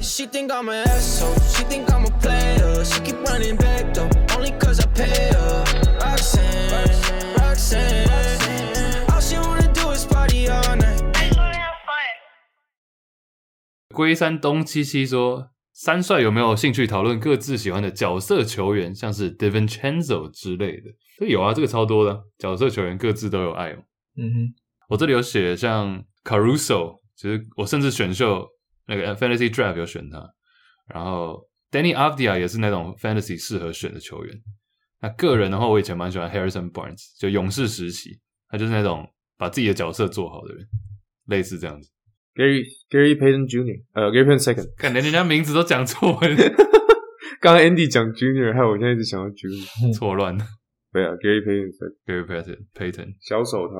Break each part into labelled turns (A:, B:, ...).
A: she think I'm an asshole. She think I'm a player. She keep running back though, only cause I pay her. Roxanne, Roxanne. All she wanna do is party all night.
B: 龟山东七七说，三帅有没有兴趣讨论各自喜欢的角色球员，像是 Devincenzo 之类的？这有啊，这个超多的角色球员各自都有爱哦。
C: 嗯哼，
B: 我这里有写像 Caruso，其实我甚至选秀那个 Fantasy Draft 有选他，然后 Danny Avdia 也是那种 Fantasy 适合选的球员。那个人的话，我以前蛮喜欢 Harrison Barnes，就勇士时期，他就是那种把自己的角色做好的人，类似这样子。
C: Gary Gary Payton Jr. 呃，Gary Payton Second。
B: 看连人家名字都讲错，
C: 刚刚 Andy 讲 Junior，害我现在一直想到 Junior。
B: 错乱。
C: 对啊，Gary Payton Second，
B: Gary Payton Payton，
C: 小手套。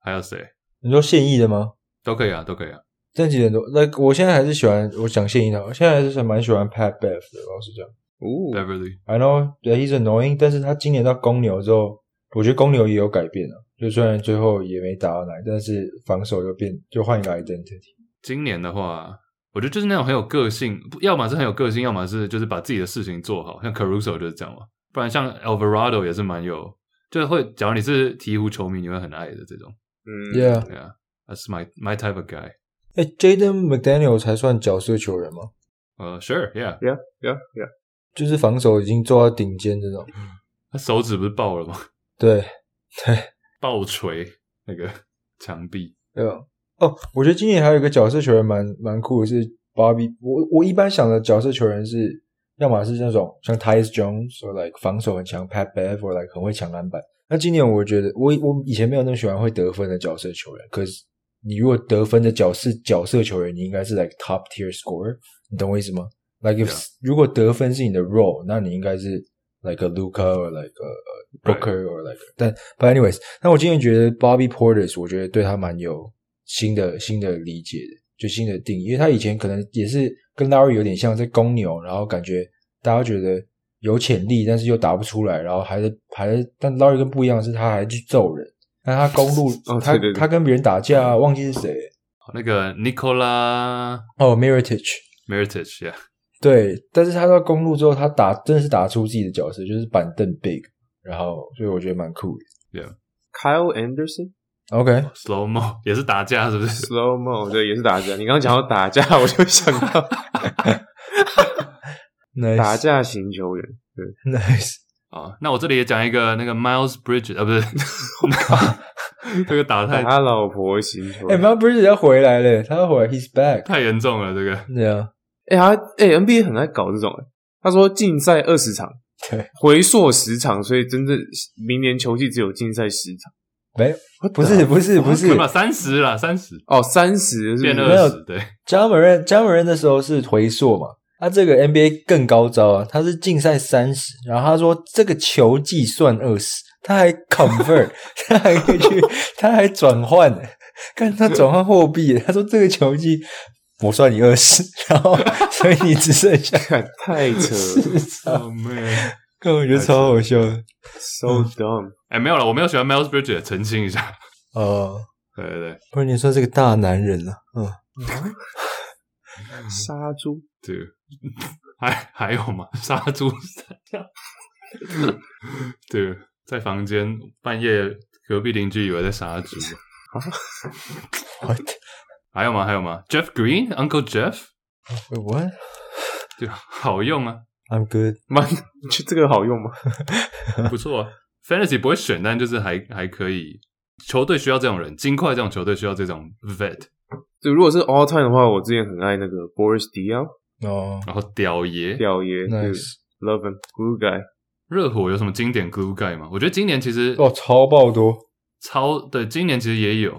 B: 还有谁
D: 你说现役的吗？
B: 都可以啊，都可以啊。
D: 这几年多，那我现在还是喜欢，我讲现役的，我现在还是蛮喜欢 Pat Bev 的，老实讲。
C: 哦，
B: Beverly
D: I know that he's annoying，但是他今年到公牛之后，我觉得公牛也有改变啊。就虽然最后也没打到哪，但是防守又变，就换一个 identity。
B: 今年的话，我觉得就是那种很有个性，不要么是很有个性，要么是就是把自己的事情做好，像 Caruso 就是这样嘛。不然像 Alvarado 也是蛮有，就是会，假如你是鹈鹕球迷，你会很爱的这种。
C: 嗯
D: Yeah，
B: 对啊，That's my my type of guy。
D: 哎，Jaden McDaniel 才算角色球员吗？
B: 呃、s u r e yeah。
C: Yeah, yeah, yeah.
D: 就是防守已经做到顶尖这种。
B: 他手指不是爆了吗？
D: 对，
B: 爆锤那个墙壁。
D: 对吧？哦，我觉得今年还有一个角色球员蛮蛮酷的是 Bobby。我我一般想的角色球员是，要么是那种像 Tyus Jones，或 like 防守很强，Pat Bev，或 like 很会抢篮板。那今年我觉得我我以前没有那么喜欢会得分的角色球员，可是你如果得分的角色角色球员，你应该是 like top tier scorer，你懂我意思吗？Like if、如果得分是你的 role，那你应该是 like a Luca or like a, a
B: Right.
D: Booker or like，a- 但 but anyways，那我今天觉得 Bobby Porter，我觉得对他蛮有新的新的理解的，就新的定义，因为他以前可能也是跟 Larry 有点像，在公牛，然后感觉大家觉得有潜力，但是又打不出来，然后还是还是，但 Larry 跟不一样的是，他还去揍人，但他公路，
C: 哦
D: 他
C: 对对对
D: 他跟别人打架，忘记是谁
B: 那个 Nicola
D: 哦 m i r i t i c h
B: Meritage，yeah。
D: 对，但是他到公路之后，他打真的是打出自己的角色，就是板凳 big，然后所以我觉得蛮酷的。
C: Kyle Anderson
D: OK，
B: Slow mo 也是打架是不是？
C: Slow Mo，对，也是打架。你刚刚讲到打架，我就想到
D: nice,
C: 打架型球员。
D: nice，
B: 啊，那我这里也讲一个那个 Miles Bridges 啊，不是， 这个打 太
C: 打老婆型球
D: 哎、
C: 员。
D: m 不是要回来了，他要回来，He's back。
B: 太严重了，这个
D: 对啊，
C: 哎、他哎、NBA 很爱搞这种、欸。他说竞赛二十场，
D: 对，
C: 回溯十场，所以真正明年球季只有竞赛十场。
D: 没不是不是不是
B: 可
D: 嗯
B: 能吧，三十啦，三十
C: 哦，三十是
B: 变
C: 不
D: 没
C: 是
B: 二
D: 有
B: 十，对，
D: ，John m o r a n j o h n m o r a n 那时候是回溯嘛，他这个 NBA 更高招啊，他是竞赛三十，然后他说这个球技算二十，他还 convert，他 还可以去，他还转换呢，看他转换货币耶，他说这个球技我算你二十，然后所以你只剩下
C: 看太扯了
B: Oh man，
D: 根本就超好笑的。
C: ，so dumb。
B: 哎，没有了，我没有喜欢 Miles Bridges，澄清一下，
D: 哦，
B: 对对对
D: 不然你算是个大男人了、嗯，
C: 杀猪，
B: 这个 还还有吗？ 杀猪三下，对，在房间半夜，隔壁邻居以为在杀猪，
D: 我
B: 还有吗？还有吗？Jeff Green，Uncle Jeff，
D: what
B: 对，好用啊，
D: I'm good。
C: 妈， 这这个好用吗？
B: 不错啊。Fantasy 不会选，但就是还还可以。球队需要这种人，金块这种球队需要这种 vet，
C: 对，如果是 all time 的话，我之前很爱那个 Boris Diaw，
D: 哦、
B: 然后屌爷。
C: 屌爷
D: n i c e
C: ，love him good guy。
B: 热火有什么经典 glue guy 吗？我觉得今年其实
D: 哦，超爆多。
B: 超对，今年其实也有。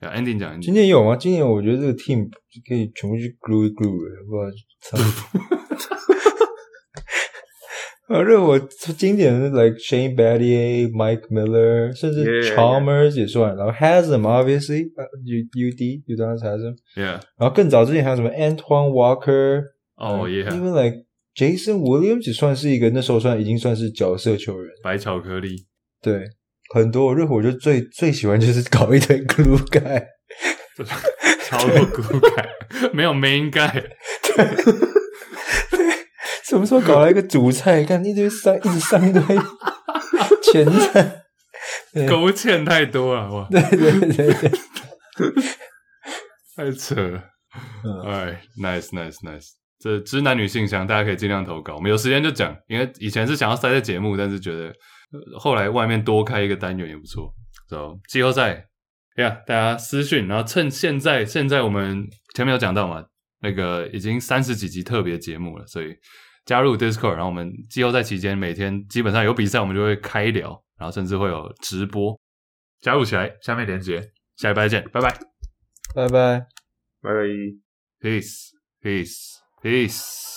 B: 啊，Andy 讲
D: 今
B: Andy，
D: 年有吗？今年我觉得这个 team 可以全部去 glue 一 glue 了，不然操。而且我经典的 like Shane Battier、Mike Miller，甚至
C: Yeah, yeah, yeah.
D: Chalmers 也算，然后 Hasm obviously U U D U d o n Hasm，
B: yeah，
D: 然后更早之前还有什么 Antoine Walker，
B: 哦耶，
D: 嗯因为 like Jason Williams 也算是一个那时候算已经算是角色球员，
B: 白巧克力，
D: 对，很多热火就最最喜欢就是搞一堆 glue guy。
B: 超多 glue guy，没有 main guy，
D: 什么时候搞来一个主菜？看一堆上一直上一堆 前菜，
B: 勾芡太多了，哇，
D: 对对对对，
B: 太扯了。 哎，nice nice nice，这直男女信箱大家可以尽量投稿，我们有时间就讲，因为以前是想要塞在节目，但是觉得、呃后来外面多开一个单元也不错。走、so, 季后赛呀大家私讯，然后趁现在，现在我们前面有讲到嘛，那个已经三十几集特别节目了，所以加入 Discord，然后我们季后赛期间每天基本上有比赛，我们就会开聊，然后甚至会有直播，加入起来，下面连接，下礼拜见，拜拜。
D: 拜拜。
C: 拜拜。
B: Peace, peace, peace.